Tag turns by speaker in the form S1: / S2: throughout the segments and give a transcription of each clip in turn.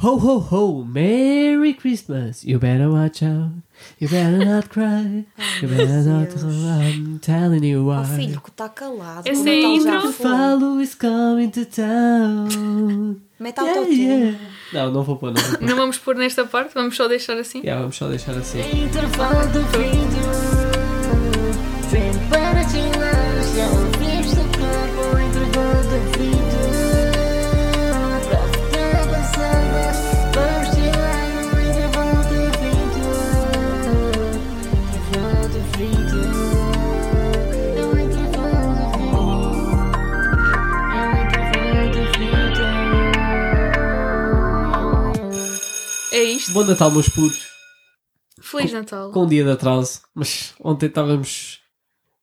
S1: Ho, ho, ho, Merry Christmas. You better watch out. You better not cry. You better not
S2: Deus.
S1: I'm telling you
S2: Oh,
S1: why.
S2: filho, que está calado.
S3: Essa
S2: o
S3: é a
S2: Natal já
S3: intro?
S2: foi.
S1: Follow is coming to town.
S2: Mete
S1: Yeah,
S2: autotune.
S1: yeah. Não, não vou pôr, não vou pôr.
S3: Não vamos pôr nesta parte, vamos só deixar assim.
S1: yeah, vamos só deixar assim.
S4: Intervalo do vídeo Sempre para te É um lançar Viste o corpo o intervalo do vídeo Para ficar avançadas Vamos te lá no intervalo do vídeo Intervalo do vídeo É o intervalo do vídeo É o intervalo do vídeo
S3: É isto.
S1: Bom Natal, meus putos.
S3: Feliz Natal.
S1: Com um dia de atraso, mas ontem estávamos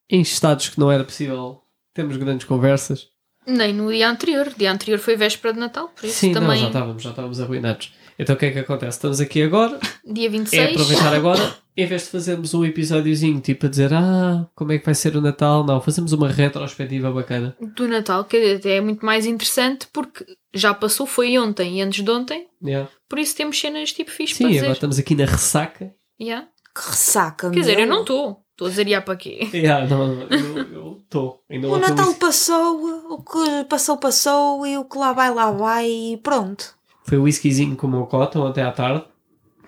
S1: em estados que não era possível. Temos grandes conversas.
S3: Nem no dia anterior. Dia anterior foi véspera de Natal, por isso
S1: Sim, não,
S3: também
S1: já tá- estávamos, já estávamos arruinados. Então o que é que acontece? Estamos aqui agora,
S3: dia
S1: é
S3: 26.
S1: aproveitar agora, em vez de fazermos um episódiozinho tipo a dizer ah, como é que vai ser o Natal, não, fazemos uma retrospectiva bacana.
S3: do Natal, que até é muito mais interessante porque já passou, foi ontem e antes de ontem,
S1: Yeah.
S3: por isso temos cenas tipo fixe para
S1: Sim,
S3: dizer.
S1: agora tá estamos aqui na ressaca.
S3: Yeah.
S2: Que ressaca,
S3: Quer dizer,
S2: meu.
S3: eu não estou. Estou a dizer "Ya, para quê?
S1: Yeah, não, eu estou. Ainda
S2: O
S1: ontem
S2: Um Natal
S1: disse-
S2: passou, o que passou, passou e o que lá vai, lá vai e pronto.
S1: Foi o whiskyzinho com o meu cota ontem à tarde.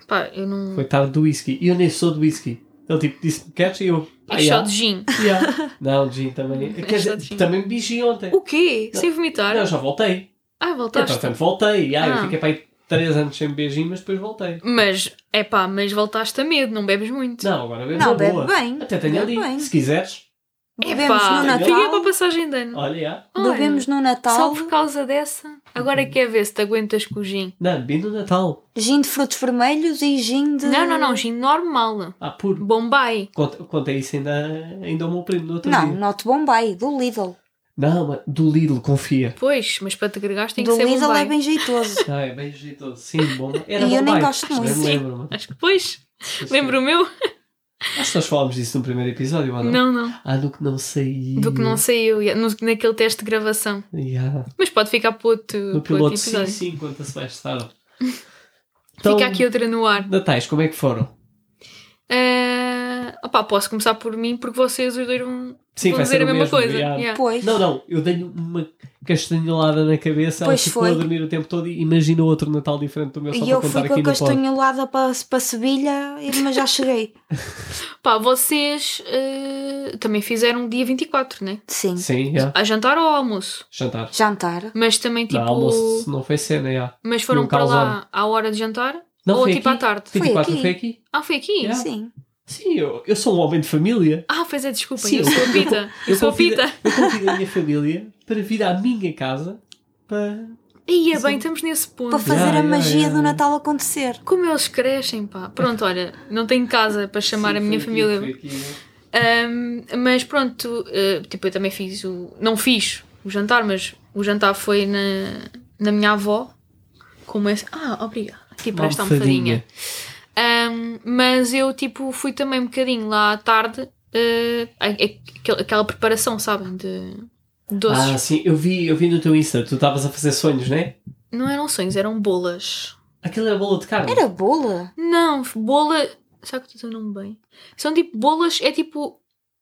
S3: Pá, eu não.
S1: Foi tarde do whisky. E eu nem sou do whisky. Ele tipo disse-me queres e eu.
S3: É
S1: "Ah,
S3: só
S1: yeah."
S3: de gin.
S1: Yeah. Não, gin também.
S3: É
S1: Quer
S3: só
S1: dizer,
S3: de gin.
S1: também bebi gin ontem.
S3: O quê?
S1: Não.
S3: Sem vomitar?
S1: Não, já voltei.
S3: Ai,
S1: Então,
S3: voltaste.
S1: portanto, voltei. Ah, Eu
S3: Ah.
S1: fiquei para aí 3 anos sem beber gin, mas depois voltei.
S3: Mas, é pá, mas voltaste a medo, não bebes muito.
S1: Não, agora bebo
S2: Não,
S1: na
S2: bebe
S1: boa.
S2: bem,
S1: Até tenho
S2: bebe
S1: ali.
S2: bem.
S1: Se quiseres.
S2: Bebemos
S3: Epá,
S2: no
S3: Fica para
S2: Natal.
S3: a passagem de ano.
S1: Olha, já.
S3: Olha,
S2: Bebemos no
S3: Só
S2: Natal.
S3: por causa dessa. Agora quer ver se te aguentas com o gin.
S1: Não, bebi no Natal.
S2: Gin de frutos vermelhos e gin de.
S3: Não, não, não, gin normal.
S1: Ah, puro.
S3: Bombay.
S1: Conta, conta isso ainda, ainda ao meu primo no outro
S2: Não,
S1: dia.
S2: Note Bombay, do Lidl.
S1: Não, mas do Lidl, confia.
S3: Pois, mas para te agregar tem que
S2: do
S3: ser
S2: Lidl
S3: Bombay.
S2: é bem jeitoso.
S1: Ah, é bem jeitoso. Sim, bom. Era
S2: E eu nem
S1: Bombay.
S2: gosto muito.
S1: Bem me
S2: Sim.
S1: lembro, mano.
S3: Acho que pois. Lembro o meu?
S1: Acho que nós falámos disso no primeiro episódio, ou não? Hum.
S3: Não, não.
S1: Ah, do que não saiu.
S3: Do que não saiu yeah, no- naquele teste de gravação.
S1: Yeah.
S3: Mas pode ficar para outro,
S1: No
S3: para outro
S1: piloto, sim,
S3: episódio.
S1: sim, conta-se mais tarde.
S3: Fica aqui outra no ar.
S1: Então, Natais, como é que foram?
S3: Ah, opá, posso começar por mim porque vocês os dois vão,
S1: Sim,
S3: vão
S1: vai
S3: dizer
S1: ser
S3: a
S1: o
S3: mesma
S1: mesmo,
S3: coisa.
S1: yeah.
S3: yeah.
S2: Pois.
S1: Não, não, eu dei-lhe uma castanholada na cabeça,
S2: Pois
S1: ela ficou
S2: foi.
S1: a dormir o tempo todo e imaginou outro Natal diferente do meu, só
S2: E
S1: para
S2: eu
S1: contar
S2: fui com
S1: aqui
S2: a
S1: no pod.
S2: castanholada para, para Sevilha, e- mas já cheguei.
S3: Pá, vocês ah, também fizeram dia 24, né?
S2: Sim.
S1: Sim, yeah.
S3: A jantar ou ao almoço?
S1: jantar.
S2: Jantar.
S3: Mas também tipo.
S1: Não, almoço não foi cena, yeah.
S3: Mas foram
S1: Nunca
S3: para lá
S1: usaram.
S3: à hora de jantar?
S1: Não,
S3: ou
S1: foi
S3: tipo
S1: aqui.
S3: à tarde?
S1: 24
S2: aqui.
S1: foi aqui?
S3: Ah, foi aqui?
S1: Yeah.
S2: Sim.
S1: Sim, eu, eu sou um homem de família.
S3: Ah, pois é, desculpa,
S1: Sim,
S3: eu sou a Pita. Eu, sou a
S1: convido,
S3: Pita.
S1: eu convido a minha família para vir à minha casa para. Sim.
S3: Ia é bem, estamos nesse ponto.
S2: Para fazer
S1: Yeah,
S2: a
S1: yeah,
S2: magia
S1: yeah,
S2: do
S1: yeah.
S2: Natal acontecer.
S3: Como eles crescem, pá. Pronto, olha, não tenho casa para chamar
S1: Sim,
S3: a minha
S1: foi aqui,
S3: família.
S1: foi aqui, né?
S3: Ahm, mas pronto, eh, tipo, eu também fiz o. Não fiz o jantar, mas o jantar foi na, na minha avó. Com uma. Ah, obrigada. Aqui para
S1: Uma
S3: esta
S1: almofadinha.
S3: almofadinha. Ahm, mas eu, tipo, fui também um bocadinho lá à tarde. eh, a- a- aquel- aquela preparação, sabem? De doces.
S1: Ah, sim, eu vi, eu vi no teu Insta, tu estavas a fazer sonhos, né?
S3: Não eram sonhos, eram bolas.
S1: Aquilo era bolo de carne.
S2: Era bola.
S3: Não, bola. Será que eu estou o nome bem? São tipo bolas, é tipo.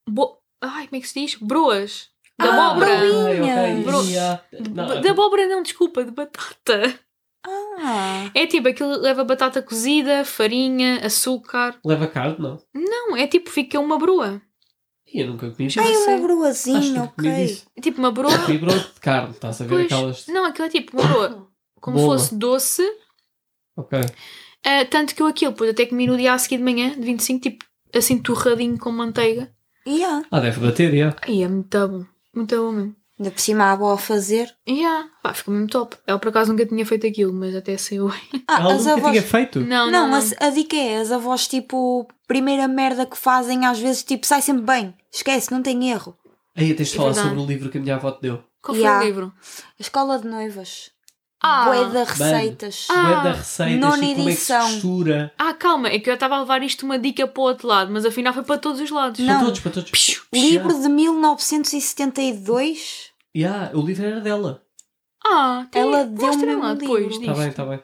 S3: Bo... Ai, como é que se diz? Broas. De
S2: Ah,
S3: abóbora.
S2: broinha.
S1: ok,
S3: Bro-
S1: yeah.
S3: De-
S1: Não,
S3: De abóbora não, desculpa, de batata.
S2: Ah.
S3: É tipo, aquilo leva batata cozida, farinha, açúcar.
S1: Leva carne, não?
S3: Não, é tipo, fica uma broa.
S1: Ih, Eu nunca comi.
S3: Já
S2: Ai,
S3: sei.
S2: uma
S1: Acho que
S2: broazinha,
S1: nunca comi
S2: ok.
S1: disso.
S3: É tipo uma broa.
S1: Eu comi broto de carne, estás a ver
S3: Pois,
S1: aquelas.
S3: Não, aquilo é tipo uma broa. Como
S1: Bola.
S3: fosse doce.
S1: Ok.
S3: Ah, tanto que eu aquilo, depois até comi no dia a seguir de manhã, de 25, tipo assim torradinho com manteiga.
S2: Yeah.
S1: Ah, deve bater, yeah.
S3: Ai, é muito bom. Muito bom mesmo.
S2: Ainda por cima a avó a fazer.
S3: Yeah. Pá, ficou mesmo top. Eu por acaso nunca tinha feito aquilo, mas até saiu. bem.
S2: Ah,
S1: Ela
S2: as
S1: nunca
S2: avós.
S1: tinha feito.
S3: Não,
S2: Não,
S3: não. não.
S2: mas a dica é: as avós, tipo, primeira merda que fazem, às vezes, tipo, sai sempre bem. Esquece, não tem erro.
S1: Aí tens
S2: É
S1: de falar
S3: verdade.
S1: sobre o livro que a minha avó te deu.
S3: Qual
S2: Yeah.
S3: foi o livro?
S2: A escola de noivas.
S3: Ah,
S2: Bué de receitas.
S3: Ah,
S1: Bué da receita,
S2: nona
S1: assim, como é que se
S2: edição.
S1: costura.
S3: ah, calma, é que eu estava a levar isto uma dica para o outro lado, mas afinal foi para todos os lados.
S2: Não.
S1: Para todos, para todos.
S3: Psiu,
S2: Livro de 1972.
S1: Yeah, o livro era dela.
S3: Ah, tem,
S2: Ela
S3: ela
S2: deu-me
S3: deu
S2: um
S3: lá depois
S2: livro.
S3: disto.
S1: Está Tá bem, está bem.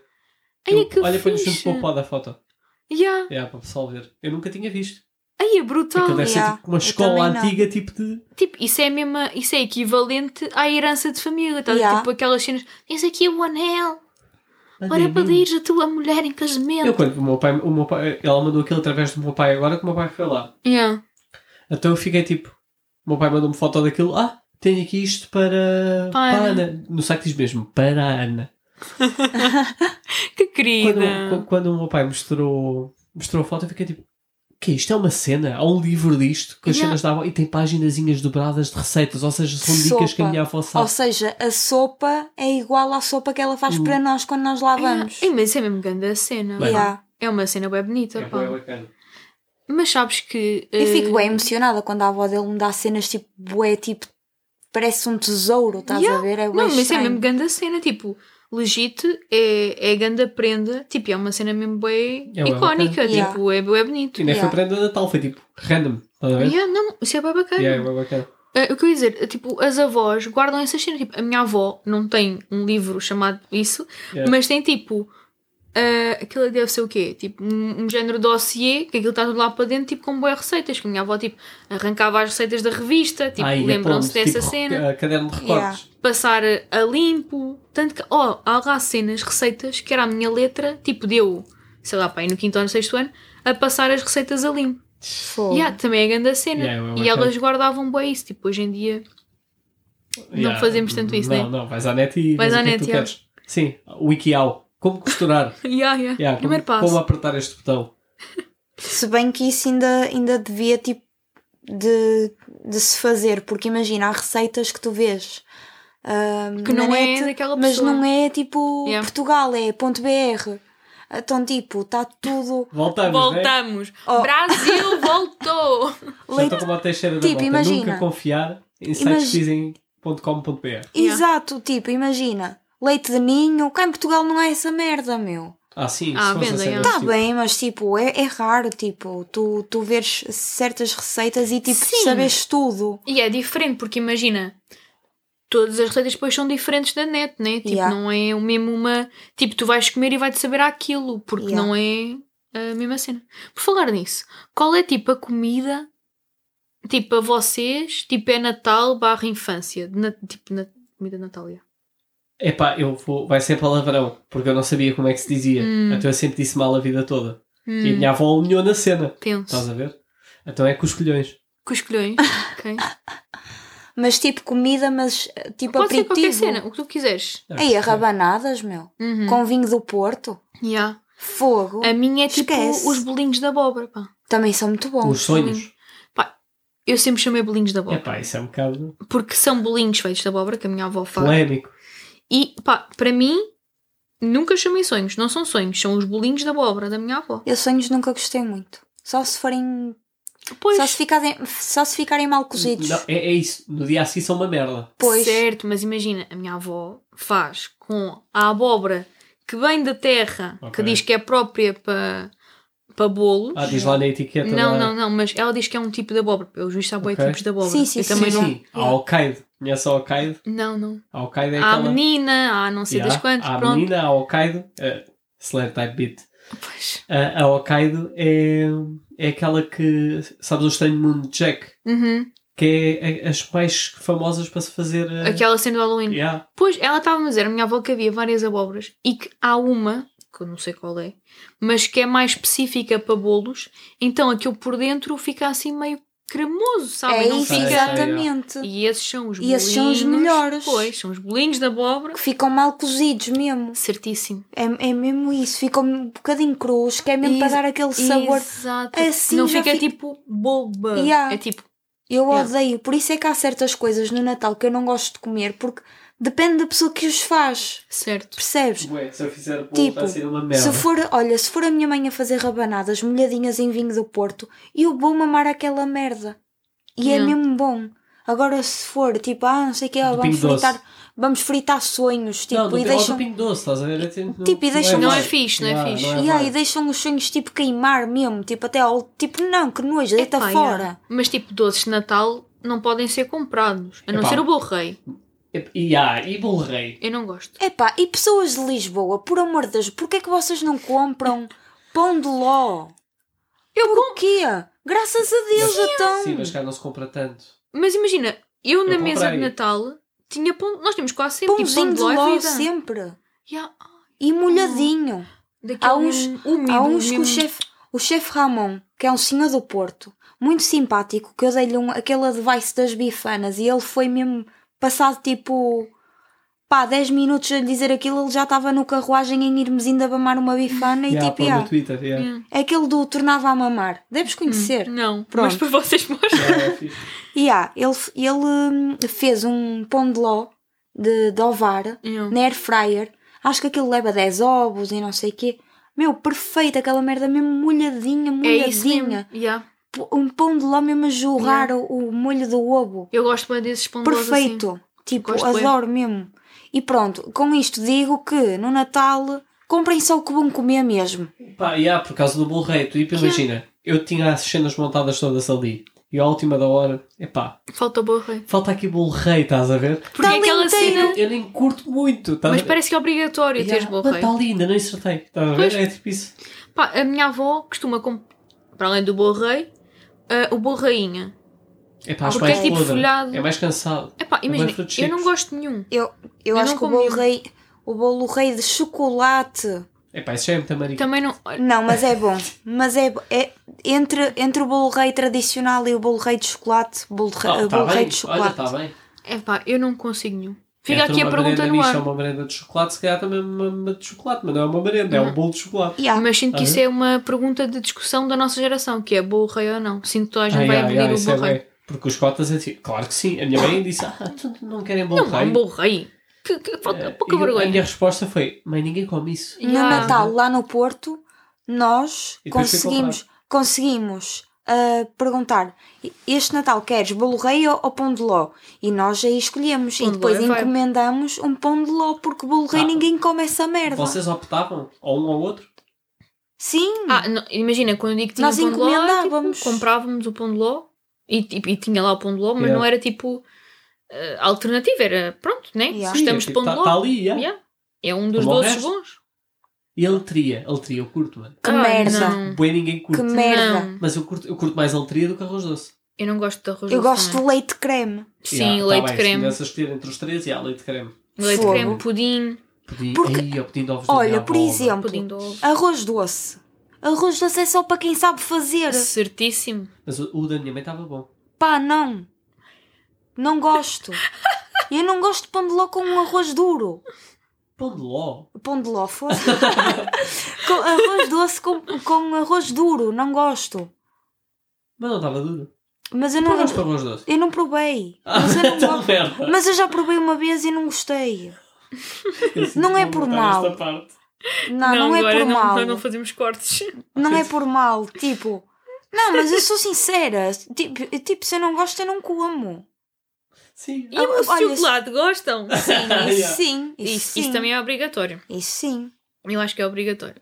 S2: é
S3: Ai,
S1: Eu-
S3: que
S1: olha, põe-nos junto
S3: fixe.
S1: para o pó da foto.
S3: Yeah.
S1: É, para o pessoal ver. Eu nunca tinha visto.
S3: Ai, é brutal.
S1: Aquilo deve ser
S2: Yeah,
S1: tipo uma
S2: Ah, eu
S1: escola
S2: também não.
S1: antiga, tipo de.
S3: Tipo, isso é mesmo, isso é equivalente à herança de família, tá?
S2: Yeah.
S3: Tipo aquelas cenas, tens aqui o anel,
S1: Olha,
S3: para pedires a tua mulher em casamento.
S1: Eu quando o meu pai, o meu pai, ela mandou aquilo através do meu pai agora que o meu pai foi lá.
S3: Yeah.
S1: Então eu fiquei tipo, o meu pai mandou-me foto daquilo, ah, tenho aqui isto para,
S3: Para a
S1: para a
S3: Ana.
S1: Ana. No site diz mesmo, para a Ana.
S3: Que
S1: Quando,
S3: querida.
S1: quando- quando o meu pai mostrou, mostrou a foto, eu fiquei tipo, o que é isto? É uma cena? Há um livro disto que as
S3: Yeah.
S1: cenas davam e tem paginazinhas dobradas de receitas, ou seja, são dicas que a
S2: Sopa.
S1: minha avó
S2: Ou
S1: sabe.
S2: seja, a sopa é igual à sopa que ela faz para nós quando nós lá
S3: Yeah.
S2: Ah, vamos.
S3: Ei, mas isso é mesmo grande a cena.
S1: Hum. Bem,
S2: Yeah.
S3: É uma cena bem bonita, pá.
S1: bué bacana.
S3: Mas sabes que.
S2: Eu
S3: eh,
S2: fico bem emocionada quando a avó dele me dá cenas tipo bué, tipo, parece um tesouro, estás
S3: Yeah.
S2: a ver? É bué
S3: Não, mas é
S2: estranho.
S3: mesmo grande a cena, tipo, legit é, é grande a prenda, tipo, é uma cena mesmo bem
S1: É bué
S3: icónica,
S2: bacana.
S3: tipo, é bué bonito.
S1: E nem foi
S2: Yeah.
S1: prenda de Natal, foi tipo, random, estás a ver?
S3: Yeah, não, isso é bem bacana.
S1: Yeah, é bué bacana.
S3: Ah, o que eu ia dizer, ah, tipo, as avós guardam essas cenas. Tipo, a minha avó não tem um livro chamado isso,
S1: Yeah.
S3: mas tem tipo. ah, aquilo deve ser o quê? Tipo, um, um género de dossiê, que aquilo está tudo lá para dentro, tipo, com boas receitas. Que a minha avó, tipo, arrancava as receitas da revista, tipo,
S1: Ah, e
S3: lembram-se
S1: aponto,
S3: dessa
S1: tipo,
S3: cena.
S1: ca- Caderno de recortes.
S3: Passar a limpo. Tanto que, oh, há lá cenas, receitas, que era a minha letra, tipo, deu, sei lá, pai, no quinto ano, sexto ano, a passar as receitas a limpo.
S2: Fogo.
S3: Yeah, também é grande a cena.
S1: Yeah, é
S3: e
S1: bacana.
S3: elas guardavam bem isso. Tipo, hoje em dia. Não
S1: Yeah.
S3: fazemos tanto isso,
S1: não
S3: né?
S1: Não, não, vais à net e
S3: Vais
S1: vês
S3: à
S1: o que é que
S3: net,
S1: tu
S3: é.
S1: queres. Sim, o Ikiao. Como costurar?
S3: Yeah, yeah.
S1: Yeah,
S3: Primeiro
S1: como,
S3: passo.
S1: como apertar este botão?
S2: Se bem que isso ainda, ainda devia tipo de, de se fazer, porque imagina, há receitas que tu vês. ahm,
S3: Que
S2: na
S3: não é
S2: net,
S3: daquela
S2: Mas
S3: pessoa.
S2: não é tipo
S3: Yeah.
S2: Portugal, é ponto .br. Então, tipo, está tudo.
S1: Voltamos, né?
S3: Voltamos.
S2: Oh.
S3: Brasil voltou.
S1: Já tá.
S2: leite-
S1: estou com a teixeira da
S2: Tipo,
S1: volta.
S2: imagina.
S1: Nunca confiar em sites
S2: Imagi-
S1: que dizem .com.br.
S3: Yeah.
S2: Exato, tipo, imagina, leite de ninho, cá em Portugal não é essa merda, meu.
S1: Ah, sim,
S3: Ah,
S1: se fosse a
S3: vendem,
S1: cena
S3: é.
S2: Está
S1: tipo,
S2: Tá bem, mas tipo, é, é raro, tipo, tu, tu veres certas receitas e tipo,
S3: Sim.
S2: sabes tudo.
S3: E é diferente, porque imagina. Todas as receitas depois são diferentes da net, né? Tipo,
S2: Yeah.
S3: não é o mesmo uma. Tipo, tu vais comer e vai-te saber aquilo, porque
S2: Yeah.
S3: não é a mesma cena. Por falar nisso, qual é tipo a comida, tipo, a vocês, tipo, é Natal barra infância? De na- tipo, na comida de Natal, yeah.
S1: Epá, eu vou... vai ser palavrão, porque eu não sabia como é que se dizia.
S3: Hum.
S1: Então eu sempre disse mal a vida toda. E a
S3: Hum,
S1: minha avó alinhou na cena.
S3: Penso.
S1: Estás a ver? Então é com os colhões.
S3: Com os colhões. ok.
S2: Mas tipo, comida, mas tipo,
S3: Pode ser qualquer
S2: aperitivo.
S3: cena, o que tu quiseres.
S2: Aí, rabanadas, meu.
S3: Uhum.
S2: Com vinho do Porto.
S3: Yeah.
S2: Fogo.
S3: A minha é tipo
S2: Esquece.
S3: os bolinhos da abóbora, pá.
S2: Também são muito bons.
S1: Os sonhos.
S3: Eu sempre chamei bolinhos da abóbora.
S1: Epá, isso é um bocado
S3: Porque são bolinhos feitos da abóbora, que a minha avó faz.
S1: polémico.
S3: E, pá, para mim, nunca chamei sonhos. Não são sonhos, são os bolinhos da abóbora da minha avó.
S2: Eu sonhos nunca gostei muito. Só se forem.
S3: Pois,
S2: Só se, ficarem, só se ficarem mal cozidos.
S1: Não, é, é isso. No dia a seguir são uma merda.
S2: Pois. é
S3: certo, mas imagina, a minha avó faz com a abóbora que vem da terra, que
S1: Ok.
S3: diz que é própria para para bolos.
S1: Ah, diz lá na etiqueta.
S3: não,
S1: lá.
S3: não, não, mas ela diz que é um tipo de abóbora. Eu justo há boi
S1: Ok.
S3: tipos de abóbora.
S2: Sim, sim,
S3: Eu
S2: sim,
S3: também
S1: sim,
S3: não.
S1: sim. Há Hokkaido. Conhece a Hokkaido?
S3: Não, não.
S1: A Hokkaido é
S3: Há a
S1: aquela...
S3: menina, há não sei das
S1: Yeah,
S3: quantas,
S1: há a
S3: pronto.
S1: menina, há a Hokkaido... eh, Slayer Type Beat.
S3: Pois.
S1: A, a Hokkaido é, é aquela que... Sabes o estranho mundo de Jack?
S3: Uhum.
S1: Que é a- as mais famosas para se fazer... eh,
S3: Aquela cena do Halloween.
S1: yeah.
S3: Pois, ela estava a dizer, a minha avó, que havia várias abóboras e que há uma, que eu não sei qual é, mas que é mais específica para bolos, então aquilo por dentro fica assim meio cremoso, sabe?
S2: É
S3: não
S2: isso,
S1: sei, sei,
S3: fica.
S2: exatamente.
S3: E esses são os
S2: E esses são os
S3: bolinhos,
S2: melhores.
S3: Pois, são os bolinhos da abóbora.
S2: Que ficam mal cozidos mesmo.
S3: Certíssimo.
S2: É, é mesmo isso. Ficam um bocadinho crus, que é mesmo para
S3: Ex-
S2: dar aquele sabor.
S3: Exato.
S2: Assim
S3: não
S2: já
S3: fica
S2: fica-
S3: tipo boba.
S2: Yeah.
S3: É tipo.
S2: Eu
S3: Yeah.
S2: odeio. Por isso é que há certas coisas no Natal que eu não gosto de comer, porque depende da pessoa que os faz.
S3: Certo.
S2: Percebes?
S1: Ué, se eu fizer bolo
S2: Tipo,
S1: vai tá ser uma merda.
S2: Se for, olha, se for a minha mãe a fazer rabanadas molhadinhas em vinho do Porto, eu vou mamar aquela merda. E
S3: Yeah.
S2: é mesmo bom. Agora se for, tipo, ah, não sei o que,
S1: Do
S2: vamos
S1: Pingo Doce.
S2: fritar, vamos fritar sonhos, tipo,
S1: não, do
S2: e
S1: pi- ou do
S2: deixam
S1: Pingo Doce, estás a ver? É Tipo,
S2: Tipo, e deixam-
S3: Não é
S1: vibe.
S3: fixe, não é
S1: Yeah,
S3: fixe.
S1: é
S2: e aí
S1: vibe.
S2: deixam os sonhos tipo queimar mesmo, tipo até ao tipo não, que nojo, deita
S3: Epá,
S2: fora.
S3: yeah. Mas tipo, doces de Natal não podem ser comprados, a não
S1: Epá.
S3: ser o bolo rei.
S1: E há, e bolo rei.
S3: Eu não gosto.
S2: Epá, e pessoas de Lisboa, por amor de Deus, porquê é que vocês não compram pão de ló?
S3: Eu compro.
S2: Porquê? Graças a Deus, então.
S1: Sim, mas cá não se compra tanto.
S3: Mas imagina, eu na
S1: Eu
S3: mesa de
S1: comprei.
S3: Natal tinha pão. Nós temos quase sempre tipo pão
S2: Pãozinho
S3: de
S2: de
S3: ló,
S2: ló
S3: e vida.
S2: sempre.
S3: E há-
S2: E molhadinho.
S3: daquele
S2: Há uns,
S3: úmido,
S2: há uns que o
S3: Hum. mesmo-
S2: chefe o chef Ramon, que é um senhor do Porto, muito simpático, que eu dei-lhe um, aquele advice das bifanas e ele foi mesmo passado tipo pá, 10 minutos a dizer aquilo, ele já estava no carruagem em irmos ainda mamar uma bifana e
S1: Yeah,
S2: tipo,
S1: pôr
S2: yeah,
S1: no Twitter, yeah.
S3: Yeah.
S2: é aquele do tornava a mamar.
S3: Hum,
S2: Deves conhecer.
S3: Não, mas
S2: Pronto.
S3: para vocês mostram.
S1: Yeah, é fixe.
S2: E há, ele, ele hum, fez um pão de ló de, de ovar
S3: Yeah.
S2: na air fryer. Acho que aquilo leva 10 ovos e não sei o quê. Meu, perfeito, aquela merda mesmo molhadinha,
S3: É isso mesmo.
S2: molhadinha.
S3: Yeah.
S2: P- um pão de ló mesmo a jorrar o, o molho do ovo.
S3: Eu gosto bem desses pão de ló assim.
S2: Perfeito. Tipo,
S3: Gosto bem.
S2: adoro mesmo. E pronto, com isto digo que no Natal comprem só o que vão comer mesmo.
S1: Pá, e há, por causa do bolo rei, tu tipo, imagina, eu tinha as cenas montadas todas ali. E à última da hora, epá,
S3: Falta o bolo rei.
S1: falta aqui bolo rei, estás a ver?
S3: Porque é aquela
S2: inteiro.
S3: cena.
S1: Eu nem curto muito, estás
S3: Mas
S1: a ver?
S3: parece que é obrigatório
S1: Yeah,
S3: teres bolo
S1: mas
S3: rei.
S1: está ali, ainda não acertei. Estás a
S3: Pois.
S1: ver? É tipo isso.
S3: Pá, a minha avó costuma comprar, para além do bolo rei, ah, o bolo rainha.
S1: Epá, acho
S3: Porque é
S1: mais
S3: tipo
S1: podre.
S3: folhado.
S1: É mais cansado.
S3: Epá, imagina,
S1: frutos
S3: eu não
S1: secos.
S3: gosto de nenhum.
S2: Eu, eu,
S3: Eu
S2: acho
S3: não
S2: que o
S3: como
S2: bolo
S3: nenhum.
S2: rei, o bolo rei de chocolate.
S1: Epá, isso já é muita marica.
S3: Também não.
S2: Não, mas é bom. Mas é, bo- é entre, entre o bolo rei tradicional e o bolo rei de chocolate, bolo, re-
S1: Ah,
S2: eh,
S1: tá
S2: bolo rei
S1: bem.
S2: de
S1: Olha,
S2: chocolate.
S1: está bem.
S3: Epá, é eu não consigo nenhum. Fica
S1: Entre
S3: aqui a
S1: uma
S3: pergunta
S1: merenda
S3: no
S1: nisso
S3: ar.
S1: ou uma merenda de chocolate, se calhar também é uma uma de chocolate, mas não é uma merenda, é um bolo de chocolate.
S2: Yeah.
S3: Mas sinto que
S1: Ah,
S3: isso é uma pergunta de discussão da nossa geração, que é bolo rei ou não. Sinto que toda a gente vai um abolir o
S1: isso é
S3: bolo rei.
S1: bem. Porque os cotas é assim, claro que sim. A minha mãe disse, ah, tu não querem bolo
S3: Não há
S1: rei?
S3: um bolo rei. Que, que, falta
S1: Eh,
S3: pouca
S1: e A minha
S3: vergonha.
S1: resposta foi, mãe, ninguém come isso.
S2: No
S3: Yeah.
S2: Natal, lá no Porto, nós
S1: E depois fui
S2: conseguimos, conseguimos ah, perguntar: Este Natal queres bolo rei ou, ou pão de ló? E nós aí escolhemos
S3: Pão
S2: e
S3: de ló
S2: depois
S3: é vibe.
S2: encomendamos um pão de ló, porque bolo rei
S1: Ah.
S2: ninguém come essa merda.
S1: Vocês optavam, ou um ou outro?
S2: Sim,
S3: Ah, não, imagina, quando eu digo que tinha
S2: Nós
S3: pão de ló, é, tipo,
S2: encomendávamos.
S3: comprávamos o pão de ló e, tipo, e tinha lá o pão de ló, mas
S1: Yeah.
S3: não era tipo eh, alternativa, era pronto, né?
S2: Yeah.
S3: Gostamos
S1: Sim,
S3: de
S1: é tipo,
S3: pão de
S1: tá-
S3: ló.
S1: tá ali, yeah. Tá né?
S3: Yeah. É um dos
S1: Como o
S3: doces
S1: resto.
S3: bons.
S1: E ele tria, ele tria, eu curto, mano.
S2: que
S3: Ah,
S2: merda!
S3: não.
S1: Bem, ninguém
S2: Hum. Que
S1: curte.
S2: merda!
S3: Não,
S1: Mas eu curto, eu curto mais altria do que arroz doce.
S3: eu não gosto de arroz
S2: Eu
S3: doce
S2: gosto de
S3: também.
S2: leite creme.
S3: Sim,
S1: tá
S3: leite
S1: bem, Se
S3: creme.
S1: tivesse a escolher entre os três, e há leite creme.
S3: Leite
S2: Fogo.
S3: creme, pudim,
S1: Pudim,
S2: Porque-
S1: Ei, ó, pudim de ovos da minha
S2: Olha,
S1: avó,
S2: por
S1: mano.
S2: exemplo,
S3: pudim de ovo.
S2: arroz doce. Arroz doce é só para quem sabe fazer.
S3: Certíssimo.
S1: Mas o, o da minha mãe estava bom.
S2: Pá, não. Não gosto. Eu não gosto de pão de ló com um arroz duro.
S1: Pão de ló.
S2: Pão de ló, foda Com arroz doce com, com arroz duro. Não gosto.
S1: Mas não estava duro.
S2: Mas eu não,
S1: Não gosto de arroz doce.
S2: eu não provei. Mas
S1: Então,
S2: eu não gosto.
S1: merda.
S2: Mas eu já provei uma vez e não gostei.
S1: Eu sinto
S2: não é
S1: que
S2: por
S1: vou cortar
S2: mal.
S1: esta parte.
S2: Não, não, é
S3: agora
S2: por
S3: não,
S2: mal.
S3: Nós não fazemos cortes.
S2: Não é por mal, tipo. Não, mas eu sou sincera. Tipo, tipo, se eu não gosto, eu não como.
S1: Sim.
S3: E
S2: Ah,
S3: o
S2: olha,
S3: chocolate, gostam? Sim.
S2: Sim,
S1: Yeah.
S2: isso sim. Isso,
S3: Isso,
S2: sim.
S3: isso também é obrigatório.
S2: Isso sim.
S3: Eu acho que é obrigatório.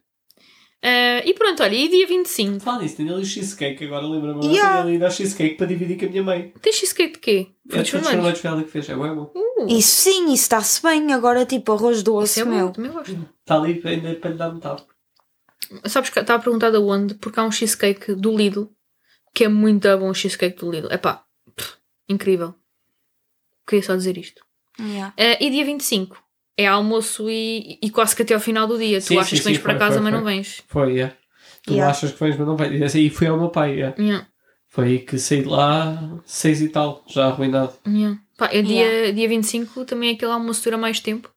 S3: Ah, e pronto, olha, e dia 25?
S1: Fala nisso, tenho ali o cheesecake, agora lembra-me.
S2: Yeah.
S1: Tenho ali dar cheesecake para dividir com a minha mãe.
S3: Tens cheesecake de quê?
S1: É
S3: Frutos
S1: de
S3: vermelhos.
S1: vermelhos foi ela que fez. É bué bom.
S3: Uh,
S2: Isso sim, isso está-se bem. Agora, tipo, arroz
S3: isso
S2: doce,
S3: é bom,
S2: meu.
S3: também gosto.
S1: Está ali ainda para lhe dar metade.
S3: Sabes que estava a perguntar de onde, porque há um cheesecake do Lidl, que é muito bom o cheesecake do Lidl. Epá, pff, incrível. Queria só dizer isto.
S2: Yeah.
S3: Ah, e dia 25? É almoço e, e quase que até ao final do dia.
S1: Sim,
S3: tu achas
S1: sim,
S3: que vens
S1: sim,
S3: para
S1: foi,
S3: casa,
S1: foi,
S3: mas
S1: foi.
S3: não vens.
S1: Foi, é. Tu
S2: Yeah.
S1: achas que vais, mas não vais. E essa aí foi ao meu pai, é.
S3: Yeah.
S1: Foi aí que saí de lá seis e tal, já arruinado.
S3: Yeah. Pá, é dia, dia 25 também é aquele almoço que dura mais tempo.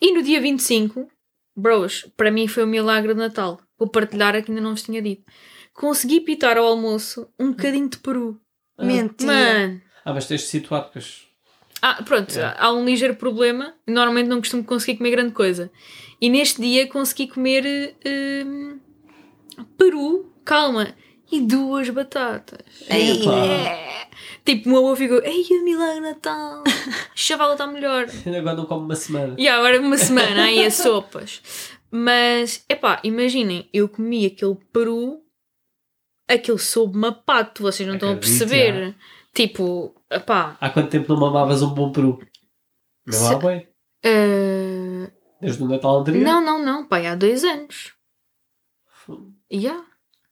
S3: E no dia 25, bros, para mim foi o milagre de Natal. Vou partilhar aqui, ainda não vos tinha dito. Consegui pitar ao almoço um bocadinho de peru.
S1: Ah,
S2: Mentira.
S3: Mano.
S1: Ah, mas tens de situar, pois.
S3: Ah, pronto,
S1: Yeah.
S3: há um ligeiro problema. Normalmente não costumo conseguir comer grande coisa. E neste dia consegui comer eh, hum, peru, calma, e duas batatas.
S2: Ei.
S1: Epá,
S3: É. Tipo, o meu avô ficou, ei, o milagre de Natal, chavala está melhor.
S1: agora não como uma semana.
S3: E agora uma semana aí a sopas. Mas, epá, imaginem, eu comi aquele peru, aquele soube-me a pato, vocês não estão a
S1: Acredito,
S3: perceber. Tipo, epá,
S1: Há quanto tempo não mamavas um bom peru? Mesmo
S3: Se-
S1: há bem.
S3: Ah,
S1: Desde o Natal anterior.
S3: Não, não, não, pai, há dois anos. Yeah.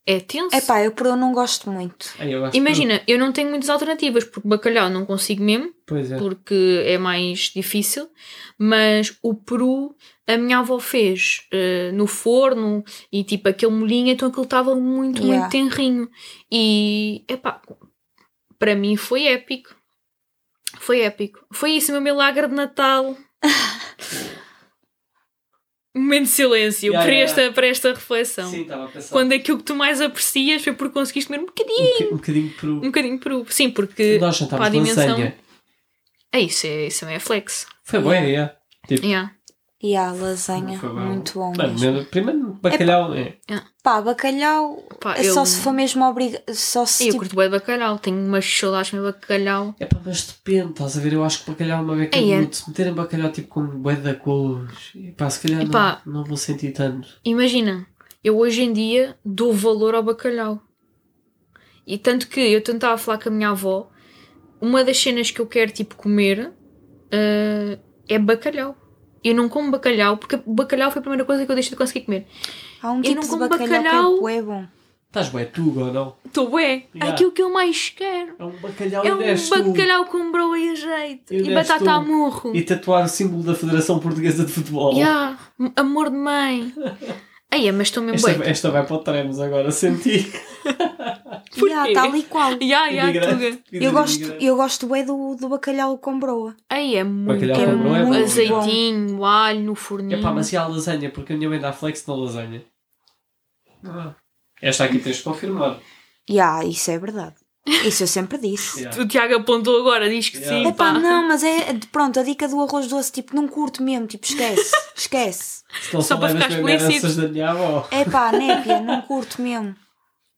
S3: É tenso.
S2: É pá, eu por eu não gosto muito.
S1: Ai, eu acho que-
S3: Imagina, eu não tenho muitas alternativas, porque bacalhau não consigo mesmo,
S1: Pois é.
S3: porque é mais difícil, mas o peru a minha avó fez eh, no forno e tipo aquele molhinho, então aquilo estava muito,
S2: Yeah.
S3: muito tenrinho. E epá, para mim foi épico. Foi épico. Foi isso o meu milagre de Natal. Um Momento de silêncio
S1: Yeah,
S3: para,
S1: yeah,
S3: esta, para esta reflexão.
S1: Sim, estava a pensar.
S3: Quando aquilo que tu mais aprecias foi porque conseguiste comer um bocadinho,
S1: Um, boca- um bocadinho
S3: um
S1: peru.
S3: bocadinho de peru. Sim, porque
S1: Nós
S3: pá, a
S1: jantámos
S3: dimensão-
S1: lasanha.
S3: é isso, é, isso é flex.
S1: Foi bom, é. é. Tipo,
S3: Yeah.
S2: E há lasanha,
S1: Foi bom.
S2: muito bom
S1: Bem,
S2: mesmo.
S1: primeiro- primeiro bacalhau é.
S2: Pá, bacalhau
S3: Pá,
S2: é
S3: eu-
S2: só se for mesmo obrigado. Só se
S3: Eu
S2: tipo,
S3: curto bem bacalhau, tenho umas saudades de bacalhau.
S1: É pá, mas depende, estás a ver? Eu acho que bacalhau uma vez que
S3: Ei, é.
S1: é. se meterem bacalhau tipo com bué da cores, e pá, se calhar
S3: Epá.
S1: não, não vou sentir tanto.
S3: Imagina, eu hoje em dia dou valor ao bacalhau. E tanto que eu tentava falar com a minha avó, uma das cenas que eu quero tipo comer ah, é bacalhau. Eu não como bacalhau, porque bacalhau foi a primeira coisa que eu deixei de conseguir comer.
S2: há um
S3: eu
S2: tipo
S3: não
S2: de
S3: como
S2: bacalhau,
S3: bacalhau.
S2: que é bué bom.
S1: Estás bué tuga ou não?
S3: Estou bem, é
S1: Yeah.
S3: aquilo que eu mais quero.
S1: É um bacalhau
S3: É
S1: e
S3: um
S1: deste um-
S3: bacalhau com broa e ajeito.
S1: Eu
S3: E
S1: deste
S3: batata a
S1: um-
S3: murro.
S1: E tatuar o símbolo da Federação Portuguesa de Futebol.
S3: Ya, m- amor de mãe. Aí, mas estou mesmo
S1: Esta, é,
S3: bem.
S1: esta vai para o Tremos agora, senti.
S3: Porquê?
S2: Yeah, tal e qual.
S3: Ya, ya,
S1: Imigrante,
S3: Tuga.
S1: vida
S2: Eu
S1: de
S2: gosto,
S1: imigrante.
S2: eu gosto bem do, do bacalhau com broa.
S3: Aí é muito
S1: Bacalhau
S2: com broa é
S3: bom.
S2: bom. É
S3: Azeitinho, alho no forninho.
S1: É pá, mas e a lasanha? Porque a minha mãe dá flex na lasanha. Ah. Esta aqui tens de confirmar.
S2: Já, isso é verdade. Isso eu sempre disse.
S1: Yeah.
S3: O Tiago apontou agora, diz que
S1: Yeah.
S3: sim.
S2: Epá,
S3: Pá.
S2: não, mas é pronto, a dica do arroz doce, tipo, não curto mesmo, tipo, esquece, esquece.
S1: Se não
S3: Só para
S1: souberes
S3: ficar
S1: bem
S3: explícito.
S1: heranças da minha avó.
S2: Epá, népia, não curto mesmo.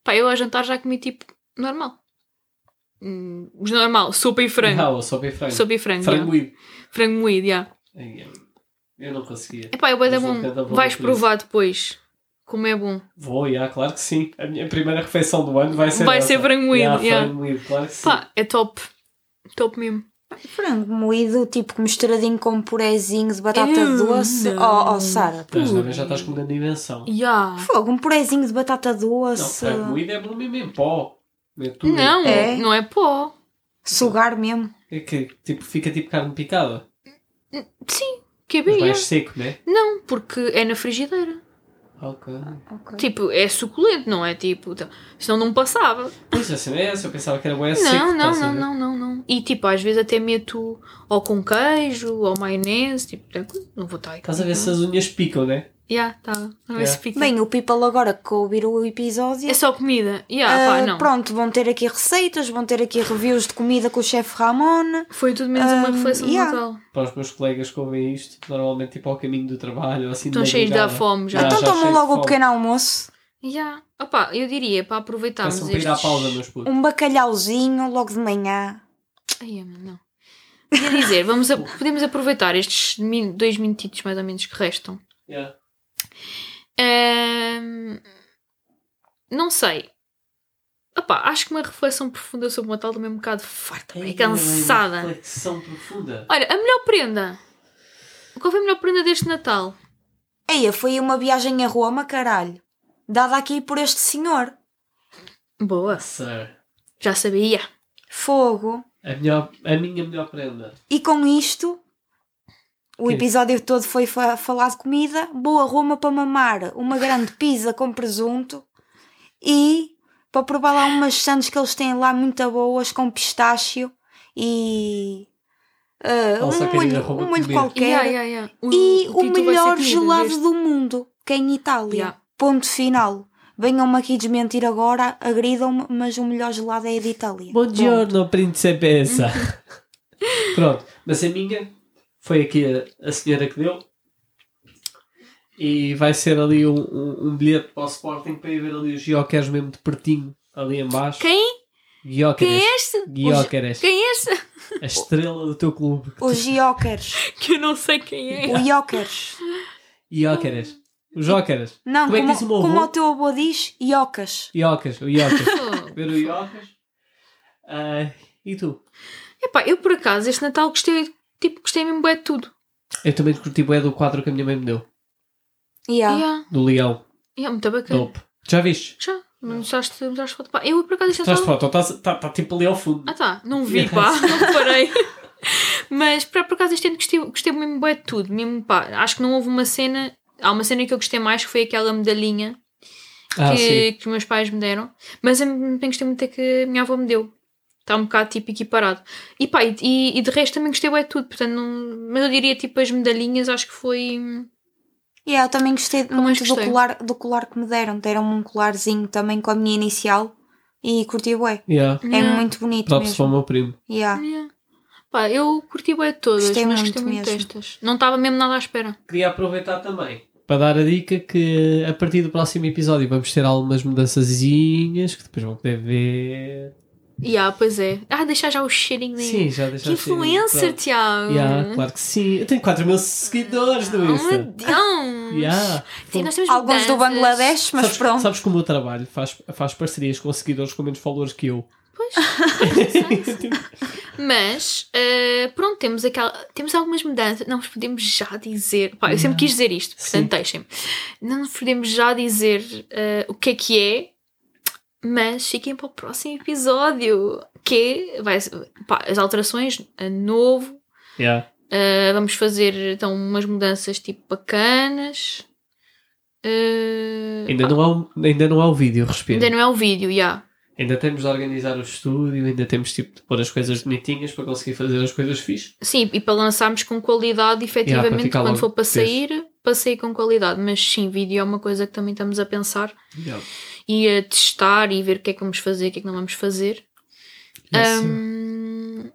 S3: Pá, eu a jantar já comi tipo normal. Hum, Os normal, sopa e frango.
S1: Não, eu sou bem frango.
S3: Sopa e frango.
S1: frango
S3: ya.
S1: moído.
S3: Frango moído, já.
S1: Ai, Eu não conseguia.
S3: Epá, eu é
S1: Mas não quero dar
S3: bom.
S1: valor
S3: Vais
S1: por
S3: provar depois. Como é bom.
S1: Vou, já, claro que sim. A minha primeira refeição do ano vai ser.
S3: Vai
S1: essa.
S3: ser frango moído,
S1: Já,
S3: já.
S1: frango moído, claro que sim.
S3: Pá, é top. Top mesmo.
S2: Frango moído, tipo, misturadinho com purezinho de batata
S3: Eu
S2: doce.
S3: não.
S2: Oh, oh, Sara,
S1: Mas também Então, já estás com grande dimensão.
S3: Ya.
S2: fogo, um purezinho de batata
S1: Não,
S2: doce.
S1: frango moído é bom mesmo em pó. É tudo.
S3: Não,
S2: É.
S3: não é pó.
S2: Sugar mesmo.
S1: É que tipo, fica tipo carne picada.
S3: Sim, que é
S1: Mas
S3: bem.
S1: mais
S3: ya.
S1: seco, né?
S3: Não, porque é na frigideira.
S1: Ok.
S3: Tipo, é suculento, não é? Tipo, então, senão não passava.
S1: Pois assim, é essa. Eu pensava que era bom é seco.
S3: não, não,
S1: estás a
S3: não,
S1: ver?
S3: não, não, não. E tipo, às vezes até meto ou com queijo ou maionese, tipo, tranquilo, não vou estar aí.
S1: Estás a ver se as unhas picam, né?
S3: Já, tá. Não é
S1: Yeah.
S3: se pica.
S2: Bem, o people agora que ouvir o episódio.
S3: É só comida. Yeah,
S2: ah,
S3: pá, não.
S2: Pronto, vão ter aqui receitas, vão ter aqui reviews de comida com o chefe Ramon.
S3: Foi tudo menos uma
S2: Ahm,
S3: refeição
S2: eh, yeah.
S3: de Natal.
S1: Para os meus colegas que ouvem isto, normalmente tipo ao caminho do trabalho, ou assim. de
S3: Estão cheios de dar
S1: madrugada.
S3: fome já.
S1: Ah,
S2: então
S1: já
S2: tomam
S1: sei,
S2: logo o
S1: fome.
S2: pequeno almoço,
S3: Yeah. Opá, eu diria para aproveitarmos
S1: Peçam para ir um à pausa, meus putos.
S2: um bacalhauzinho logo de manhã.
S3: Ai, amor, não. Quer dizer, vamos a- podemos aproveitar estes min- dois minutitos mais ou menos que restam.
S1: Yeah.
S3: Ahm, não sei. Opá, acho que uma reflexão profunda sobre o Natal também é um bocado farta. É
S1: Uma
S3: cansada.
S1: reflexão profunda.
S3: Olha, a melhor prenda. Qual foi a melhor prenda deste Natal?
S2: Eia, foi uma viagem a Roma, caralho. Dada aqui por este senhor.
S3: Boa.
S1: Sir,
S3: Já sabia.
S2: Fogo.
S1: a, É melhor, a minha melhor prenda.
S2: E com isto, o
S1: Quê?
S2: episódio todo foi fa falar de comida. Boa Roma para mamar. Uma grande pizza com presunto. E para provar lá umas sandes que eles têm lá muito boas, com pistácio e. ah,
S1: Nossa,
S2: um
S1: querida,
S2: molho,
S1: Roma
S2: um molho
S1: comer.
S2: qualquer.
S3: Yeah, yeah, yeah.
S2: E o,
S3: título vai ser
S2: melhor
S3: comida
S2: gelado
S3: deste-
S2: do mundo, que é em Itália.
S3: Yeah.
S2: Ponto final. Venham-me aqui desmentir agora, agridam-me, mas o melhor gelado é de Itália.
S1: Buongiorno, principessa. é Pronto, mas a minha foi aqui a, a senhora que deu. E vai ser ali um, um, um bilhete para o Sporting para ir ver ali os Guioqueres mesmo de pertinho, ali em baixo.
S3: Quem? Quem
S1: Guioqueres.
S3: é este?
S1: Guioqueres.
S3: Quem é este?
S1: A estrela do teu clube.
S2: Ponto. Os Jokers.
S3: Que eu não sei quem é.
S2: o Jokers.
S1: Iócaras. Os Jócaras.
S2: Não,
S1: Como é que
S2: como,
S1: diz o meu avô?
S2: como o teu avô diz, Iocas.
S1: Iocas, o Iocas.
S3: Oh.
S1: Ver o Iocas. Ah, e tu?
S3: Epá, eu por acaso este Natal gostei tipo, gostei mesmo bué de tudo.
S1: Eu também curti bué do quadro que a minha mãe me deu.
S2: Yeah.
S3: Yeah,
S1: Do leão.
S3: yeah, muito bacana.
S1: Dope. Já viste?
S3: Já, mas mostraste, mostraste foto. Pá, eu por acaso já
S1: Traz
S3: estava...
S1: foto. Está tá, tá tipo ali ao fundo.
S3: Ah tá, não vi, pá, não parei. Mas pá, por acaso este ano gostei, gostei mesmo bué de tudo. Mesmo, pá, acho que não houve uma cena. Há uma cena que eu gostei mais que foi aquela medalhinha
S1: Ah, sim.
S3: que, que os meus pais me deram. Mas eu também gostei muito da que a minha avó me deu. Está um bocado tipo equiparado. E pá, e- e, e de resto também gostei bué de tudo. Portanto, não- mas eu diria tipo as medalhinhas, acho que foi.
S2: Yeah, eu também gostei
S3: Também
S2: muito do
S3: gostei.
S2: colar, do colar que me deram. Deram-me um colarzinho também com a minha inicial e curti bué.
S1: Yeah.
S2: É
S3: Yeah.
S2: muito bonito
S1: Props para o
S2: mesmo.
S1: meu primo.
S2: Yeah.
S3: Yeah. Pá, eu curti bué de todas,
S2: Gostei
S3: mas
S2: muito
S3: gostei muito
S2: mesmo.
S3: destas. Não estava mesmo nada à espera.
S1: Queria aproveitar também para dar a dica que a partir do próximo episódio vamos ter algumas mudançazinhas que depois vão poder ver.
S3: E ah, pois é. Ah, deixar já o cheirinho de-
S1: Sim, já
S3: Que
S1: deixaste.
S3: influencer, Tiago!
S1: um Yeah, claro que sim. Eu tenho 4 mil seguidores
S3: Oh,
S1: no
S3: meu
S1: Insta.
S3: Deus!
S1: Yeah.
S3: Sim, nós temos
S2: Alguns do
S3: mudanças.
S2: Bangladesh, mas
S1: sabes,
S2: pronto.
S1: sabes que o meu trabalho faz, faz parcerias com seguidores com menos followers que eu.
S3: Pois, Ah, mas, eh, pronto, temos, aquela, temos algumas mudanças. Não vos podemos já dizer. Pá, eu sempre quis dizer isto,
S1: Sim.
S3: portanto, deixem-me. Não nos podemos já dizer eh, o que é que é, mas fiquem para o próximo episódio. Que vai, pá, as alterações, a novo,
S1: Yeah.
S3: Uh, vamos fazer então umas mudanças tipo bacanas. Uh,
S1: Ainda,
S3: pá,
S1: não há, um- ainda não há o vídeo, respira.
S3: ainda
S1: Ainda,
S3: não é o vídeo, já.
S1: temos de organizar o estúdio, ainda temos tipo de pôr as coisas bonitinhas para conseguir fazer as coisas fixe.
S3: Sim, e para lançarmos com qualidade,
S1: Yeah, para
S3: efetivamente,
S1: ficar
S3: quando
S1: logo
S3: for para
S1: texto.
S3: sair, para sair com qualidade. Mas sim, vídeo é uma coisa que também estamos a pensar
S1: Yeah.
S3: e a testar e ver o que é que vamos fazer, o que é que não vamos fazer. Hum,
S1: Yes.
S3: Um,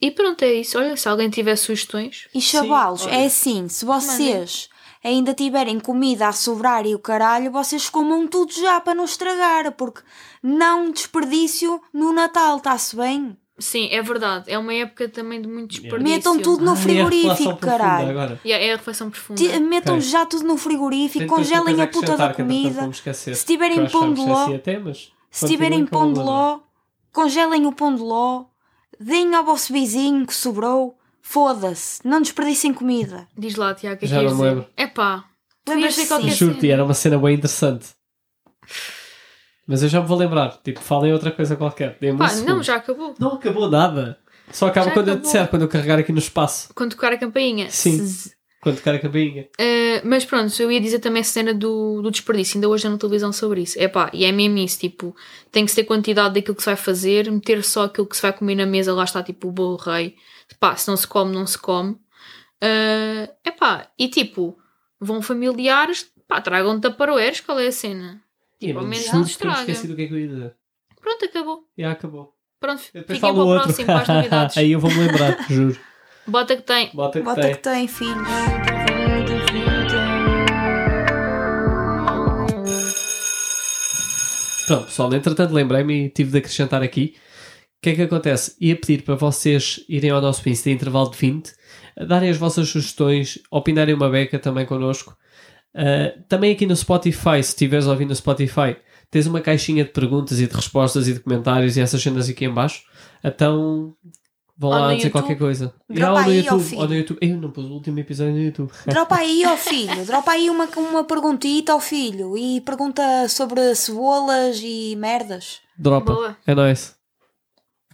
S3: e pronto, é isso. Olha, se alguém tiver sugestões,
S2: E chavalos,
S1: Sim, olha.
S2: é assim, se vocês ainda tiverem comida a sobrar e o caralho, vocês comam tudo já para não estragar, porque não desperdício no Natal, está-se bem?
S3: sim, é verdade. É uma época também de muito
S1: Yeah.
S3: desperdício.
S2: Metam tudo
S1: Ah,
S2: no
S1: é a
S2: frigorífico,
S1: relação profunda
S2: caralho.
S1: agora.
S3: Yeah, é a refeição profunda.
S2: Ti- Metam
S1: Ok.
S2: já tudo no frigorífico, congelem a puta da comida. Se tiverem pão de ló, Se tiverem pão de ló, congelem o pão de ló, deem ao vosso vizinho que sobrou, foda-se, não desperdicem comida.
S3: Diz lá, Tiago, o que é
S1: Já
S3: que
S1: não me lembro.
S3: É pá.
S2: Lembras-te sim.
S1: Juro-te, era uma cena bem interessante. Mas eu já me vou lembrar. Tipo, falem outra coisa qualquer. Dê-me um
S3: Pá,
S1: segundo.
S3: não, já acabou.
S1: Não acabou nada. Só acaba
S3: Já
S1: quando eu
S3: acabou.
S1: disser, quando eu carregar aqui no espaço.
S3: Quando tocar a campainha.
S1: Sim.
S3: Zzz.
S1: Quando tocar a campainha.
S3: Eh, mas pronto, eu ia dizer também a cena do, do desperdício. Ainda hoje na televisão sobre isso. É pá, e é mesmo isso. Tipo, tem que se ter quantidade daquilo que se vai fazer, meter só aquilo que se vai comer na mesa. Lá está, tipo, o bolo rei. Pá, se não se come, não se come. é pá, e tipo, vão familiares, pá, tragam taparoeiros. Qual é a cena?
S1: Tipo,
S3: ao menos não
S1: juro
S3: se
S1: que eu me
S3: estraga.
S1: esqueci do que é que eu ia dizer.
S3: Pronto, acabou.
S1: Já acabou.
S3: Pronto,
S1: Eu
S3: fiquem
S1: depois
S3: para
S1: falo
S3: o
S1: outro.
S3: próximo, para as novidades.
S1: Aí eu vou-me lembrar, juro.
S3: Bota que tem.
S1: Bota que
S2: Bota
S1: tem.
S2: que tem, filhos.
S1: Pronto, pessoal, entretanto lembrei-me e tive de acrescentar aqui. O que é que acontece? Ia pedir para vocês irem ao nosso Insta, intervalo de 20, darem as vossas sugestões, opinarem uma beca também connosco. Ah, também aqui no Spotify, se estiveres a ouvir no Spotify, tens uma caixinha de perguntas e de respostas e de comentários e essas cenas aqui em baixo. Então, vão
S3: Ou
S1: lá
S3: no
S1: dizer
S3: YouTube.
S1: qualquer coisa.
S2: Dropa
S1: ou no
S2: aí, ó
S1: YouTube,
S2: filho.
S1: ou no YouTube. Eu não pus o último episódio no YouTube.
S2: Dropa aí, ó filho, dropa aí uma, uma perguntita ao filho e pergunta sobre cebolas e merdas.
S1: Dropa.
S3: Boa.
S1: É nóis.